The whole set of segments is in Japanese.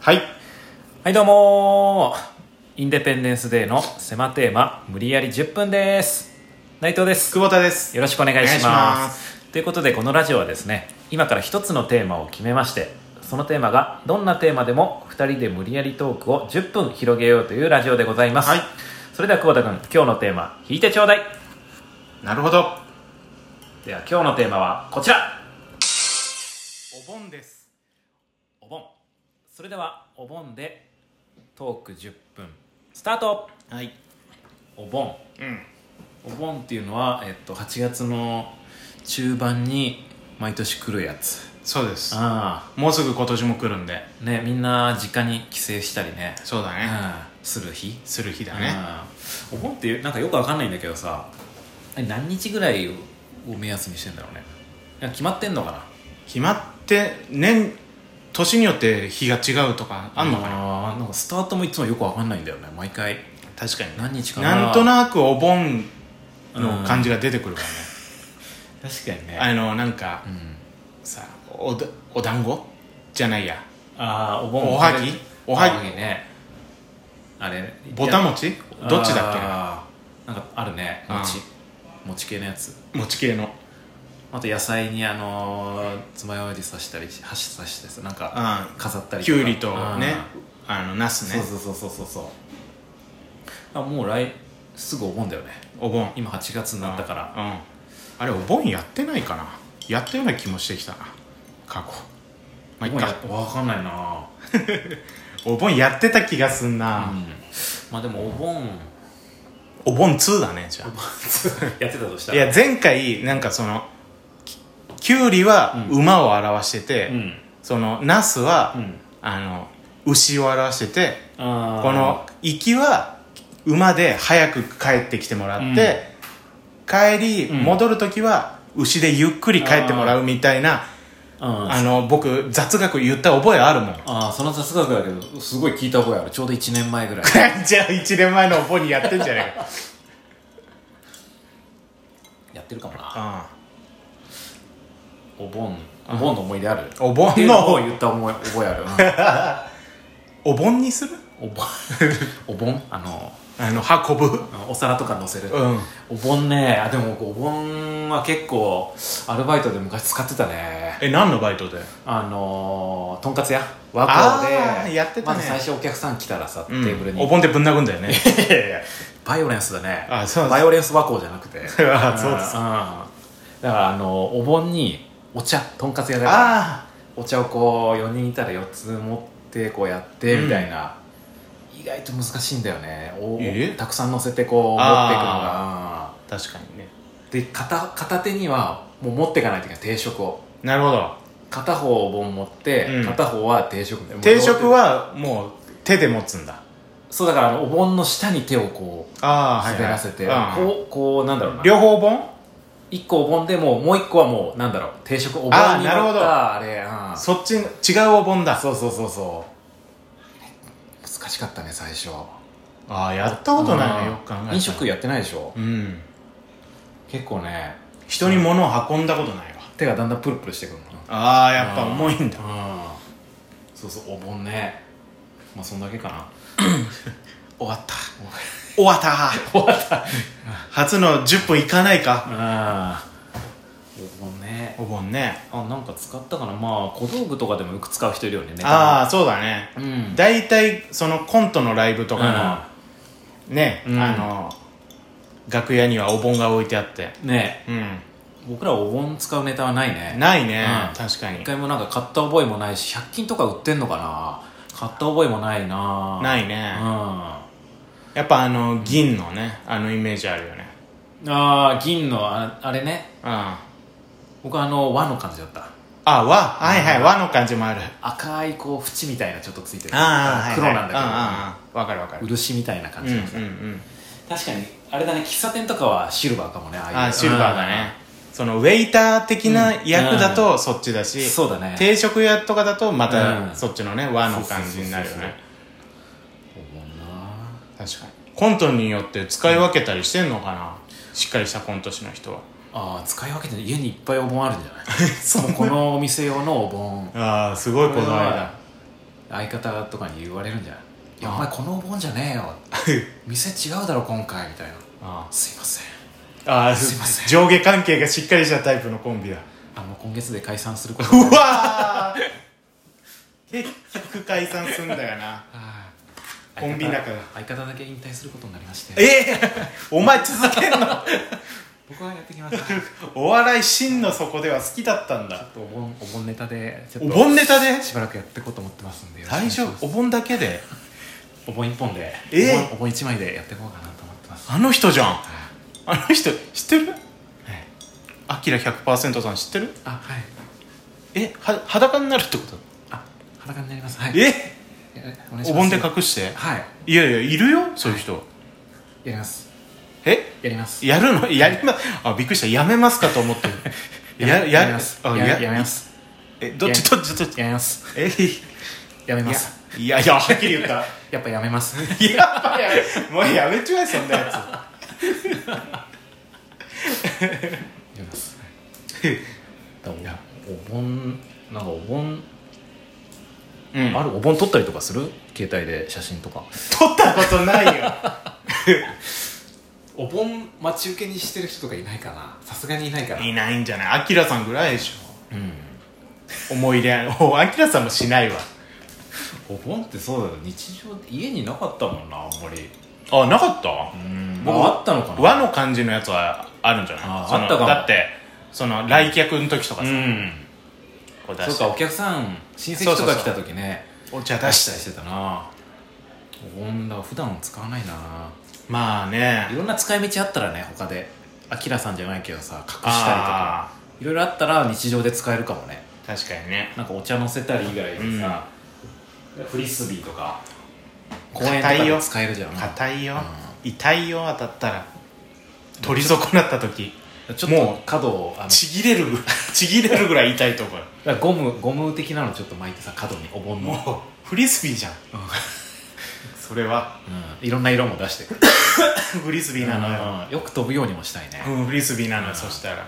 はい。はいどうもーインデペンデンスデーの狭テーマ無理やり10分です内藤です久保田です。よろしくお願いしますお願いしまということでこのラジオはですね今から一つのテーマを決めましてそのテーマがどんなテーマでも2人で無理やりトークを10分広げようというラジオでございます、はいそれでは久保田君今日のテーマ引いてちょうだいなるほど。では今日のテーマはこちらお盆です。お盆それではお盆でトーク10分スタートはい。お盆うん。お盆っていうのは、えっと、8月の中盤に毎年来るやつそうです。あもうすぐ今年も来るんで。あねみんな実家に帰省したりね、そうだうね。ん、する日する日だね。うんお盆っていうなんかよくわかんないんだけどさあれ何日ぐらいを目安にしてんだろうねなんか決まってんのかな決まって、年、年によって日が違うとかあんのかな、あーなんかスタートもいつもよくわかんないんだよね毎回確かにね。何日かななんとなくお盆の感じが出てくるからね。確かにねあの、なんかうん、さ、おだ、お団子じゃないや。ああお盆おはぎおはぎ。ねあれぼた餅どっちだっけなあーなんかあるねうん餅、餅系のやつ餅系の。あと野菜にあのー、爪楊枝刺したりし箸刺してさなんかう飾っん。たりきゅうりとうんね、あの、ナスそうね。そうそうそうそうそうあもう来すぐお盆だよねお盆。今8月になったからうんあれお盆やってないかなやったような気もしてきたな過去まあいっもうやかわかんないなお盆やってた気がすんうな、んまあでもお盆 お盆2だねじゃやってたとしたあらいや前回なんかそのききゅうりはうん馬を表してて、うんそのナスは、うんあの牛を表しててあーこの行きは馬で早く帰ってきてもらって、帰り、ん戻る時は牛でゆっくり帰ってもらうみたいなうんあの僕雑学言った覚えあるもんああその雑学だけどすごい聞いた覚えあるちょうど1年 前ぐらい じゃあ1年前のお盆にやってんじゃねえやってるかもなか、お盆お盆の思い出あるお盆っていうのをの言った思い覚えある お盆にするお 盆お盆あのあの運ぶお皿とか乗せるうんお盆ねあでも僕お盆は結構アルバイトで昔使ってたねえ何のバイトであのーとんかつ屋和光あーでやってたねまず最初お客さん来たらさ、うんテーブルにお盆でぶん殴んだよねいやいやバイオレンスだねあそうですバイオレンス和光じゃなくて あそうですうんだからあのお盆にお茶とんかつ屋だからあお茶をこう4人いたら4つ持ってこうやってみたいな、意外と難しいんだよねおえたくさん乗せてこう持っていくのがああ確かにねうんで片片手にはもう持っていかないといけない定食をなるほど片方お盆持って、うん片方は定食みたいな定食はもう手で持つんだそうだからあのお盆の下に手をこうあ滑らせて、うんこうこうなんだろうな両方お盆一個お盆でもうもう一個はもうなんだろう定食お盆あーになる乗ほっどたあれ、うん、そっち違うお盆だそうそうそうそう難しかったね最初ああやったことないねうんよく考えたら飲食やってないでしょうん結構ね人に物を運んだことないわ手がだんだんプルプルしてくるのああやっぱ重いんだうんそうそうお盆ねまあそんだけかな終わった終わった終わった初の10分いかないかうんお盆ねお盆ねあなんか使ったかなまあ小道具とかでもよく使う人いるよねあああそうだねうん大体そのコントのライブとかのねうんあの楽屋にはお盆が置いてあってうんねうん僕らお盆使うネタはないねないねうん確か一に回もなんか買った覚えもないし100均とか売ってんのかな買った覚えもないなないいうんねあやっぱあの銀のねあのイメージあるよねあ銀のああれねうんあ僕はあの和の感じだった和はいはいうん和の感じもある赤いこう縁みたいなちょっとついてるああ黒なんだだけどわかるわかけるど漆みたいなう感んうじんうの、ん確かにあれだね喫茶店とかはシルバーかもねああいうあーシルバーだねそのウェイター的な役だとそっちだうんしそうだね定食屋とかだとまうたんそっちのね和の感じになるよね思うな確かにコントによって使い分けたりしてんのかなしっかりしたコント師の人はああ使い分けて家にいっぱいお盆あるんじゃない そもうこのお店用のお盆ああすごいこだわりだ相方とかに言われるんじゃないいやああお前このお盆じゃね えよ店違うだろ今回みたいなあすいませんあすいません上下関係がしっかりしたタイプのコンビだあの今月で解散することうになるわー結局解散すんだよなはいコンビ仲が相方相方だけ引退することになりましてええお前続けんの僕はやってきますちょっお笑い真の底では好きだったんだとお盆お盆ネタでちょっおと盆ネタでしばらくやっていこうと思ってますんでよろしくお願大いし丈ます夫お盆だけでお盆一本で、えお盆お盆一枚でやっていこうかなと思ってますあの人じゃんはいあの人知ってるはいアキラ100%さん知ってるあはいえは裸になるってことあ裸になりますはいえいやお願いしますお盆で隠してはいいやいやいるよそういう人やりますえやりますやるのやりまあびっくりしたやめますかと思ってる ややめますあややめますえどっちどっちどっちやめますえやめいますやいやいやはっきり言ったやっ ぱやめますいやっぱりもうやめちまえそんなややめ ますついやお盆なんかお盆うんあるお盆撮ったりとかする携帯で写真とか撮ったことないよお盆待ち受けにしてる人とかいないかなさすがにいない かいないんじゃないアキラさんぐらいでしうんょ思い入れおアキラさんもしないわお盆ってそうだよ日常って家になかったもんなあんまりあなかったうん僕僕あったのかな和の感じのやつはあるんじゃないあーそのあったかもだってその来客の時とかうさ、んこう出そうしかおて客さん親戚とか来た時ねお茶出した出りししてたなお盆だ普段使わないなまあねいろんな使い道あったらね他でアキラさんじゃないけどさ隠したりとあかいろいろあったら日常で使えるかもねー確かにねなんかお茶のせたり以外にさ、フリスビーとか公園とか硬いよで使えるじゃん硬いよ、痛いよ当たったら取り損なった時ちょっもと角をあのちぎれるぐ らいちぎれるぐらい痛いとこだからゴムゴム的なのちょっと巻いてさ角にお盆の、もうフリスビーじゃんそれはうん、いろんな色も出して フリスビーなのよ、うんよく飛ぶようにもしたいね、うん、フリスビーなのうよんそしたら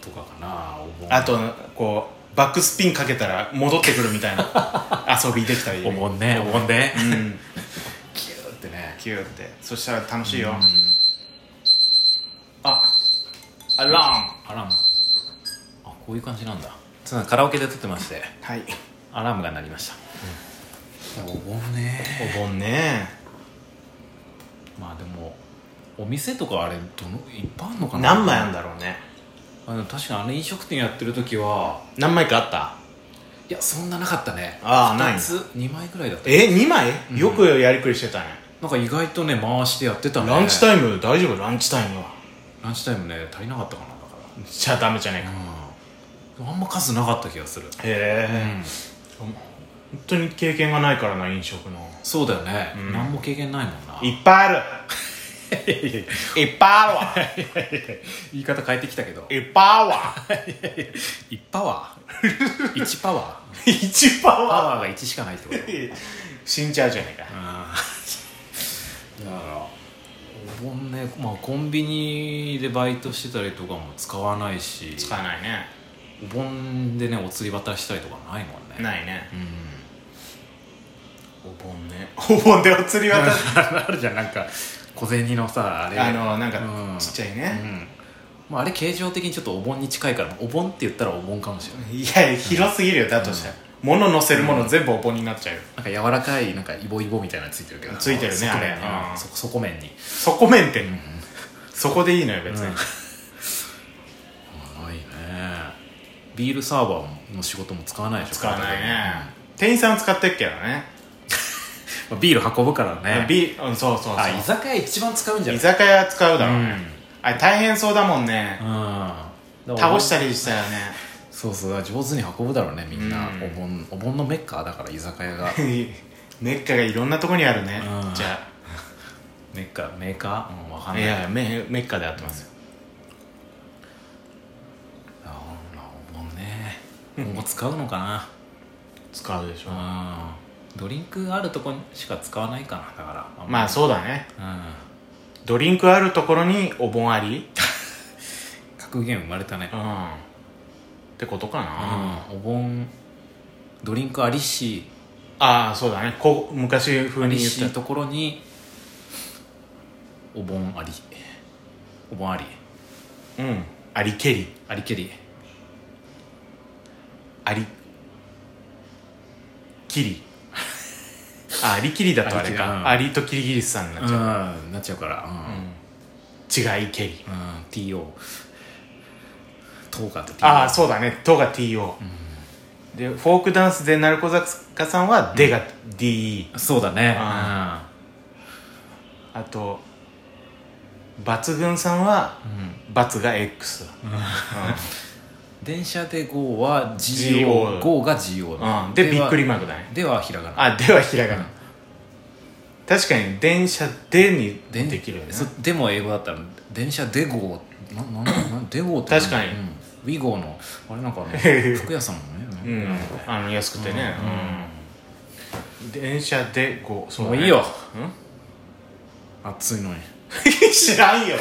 とかかなお盆あとこうバックスピンかけたら戻ってくるみたい な遊びできたりお盆ねお盆ねうんキューってねキューってそしたら楽しいよ、うんあアラアラームあこういう感じなんだつまりカラオケで撮ってましてームはいアラームが鳴りました、お盆ねお盆ねまあでもお店とかあれどのいっぱいあんのかな何枚あんだろうねあの確かにあの飲食店やってる時は何枚かあったいやそんななかったねあーない2つ2枚ぐらいだったえ二2枚よくやりくりしてたね、なんか意外とね回してやってたねランチイタイム大丈夫ランチタイムはムランチタイムね足りなかったかなだか、じゃあダメじゃねえからうん、あんま数なかった気がするうへえ、ん本当に経験がないからな飲食のそうだよね、うん何も経験ないもんないっぱいある いっぱいあるわ言い方変えてきたけどい っぱいあるわ1パワ ー1パワー一番パはワーが1しかないって こと死んじゃうじゃねえかああだからお盆ね、まあ、コンビニでバイトしてたりとかも使わないし使わないねお盆でねお釣り渡したりとかないもんねないねうんお盆ね お盆でお釣り渡す あるじゃんなんか小銭のさあれあのなんうかんちっちゃいうねんまあ、あれ形状的にちょっとお盆に近いからお盆って言ったらお盆かもしれないいや広すぎるよだとしたら物乗せるもの全部お盆になっちゃうよなんか柔らかいなんかイボイボみたいなのついてるけどついてるね側面あれうんうんそそこ面にそこ面ってそこでいいのよ別にないねビールサーバーの仕事も使わないでしょ使わないね店員さん使ってっけどねまあビール運ぶからねビうんそうそうあ居そ酒屋一番使うんじゃう居ない酒屋使うだろううねんあれ大変そうだもんねうん倒したたりしたらね そうそうだから上手に運ぶだろうねみんな、うんお盆お盆のメッカだから居酒屋がメッカがいろんなとこにあるねうんじゃメッカメーカー、うん、わかあんいないやメメッカで合ってますよあお盆ね今後使うのか使うでしょなうんドリンクあるとこしか使わないかなだからまあそうだねうんドリンクあるところにお盆あり格言生まれたねうんってことかなうんお盆ドリンクありしああそうだねこう昔風に言厳しいったところにお盆ありお盆ありうんありけりありけりありき りあありきりだとあれかあありとキリギリスさんになうっんちゃう、なっちゃうから違いけりうん、うん、TO トーカーと TO ああそうだね「と」が TO、でフォークダンスで鳴子坂さんは「で」が DE、そうだねああと抜群さんは「×」が X だ、うん電車で GO GO は GOGO が GO うんだでびっくりママークだねではひらがなあではひらがな、うん確かに電車でにでできるよねそでも英語だったら電車で GO なななで GO って確かにうんウィゴーのあれな んかあの服屋さんもねうんあの安くてねうん、電車でこうそうだもねういいよ暑いのにん 知らんよ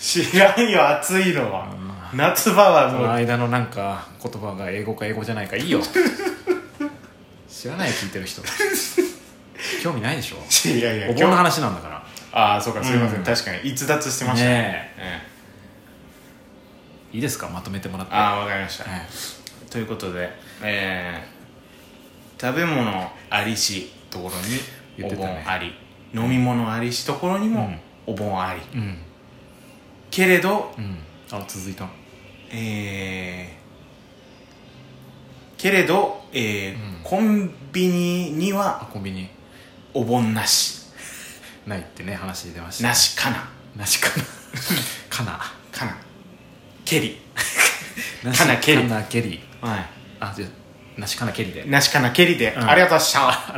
知らんよ暑いのは、夏場はそもうの間のなんか言葉が英語か英語じゃないかいいよ 知らないよ聞いて る人興味ないでしょいやいやお今日盆の話なんだかああそうかすいません、うん確かに逸脱してらましたねねええいいですかまとめてもらってえああわかりました、はいということでえー、食べ物ありしところに言おってたね盆あり、飲み物ありしところにもお盆あり、うんけれどうんあ続いたえー、けれど、えーコンビニにあはコンビニお盆なしないってね話出ましたなしかななしかなかな かなけりなしかなけりかなけりはあじゃあなしかなけりでいなしかなけりで、んありがとうございました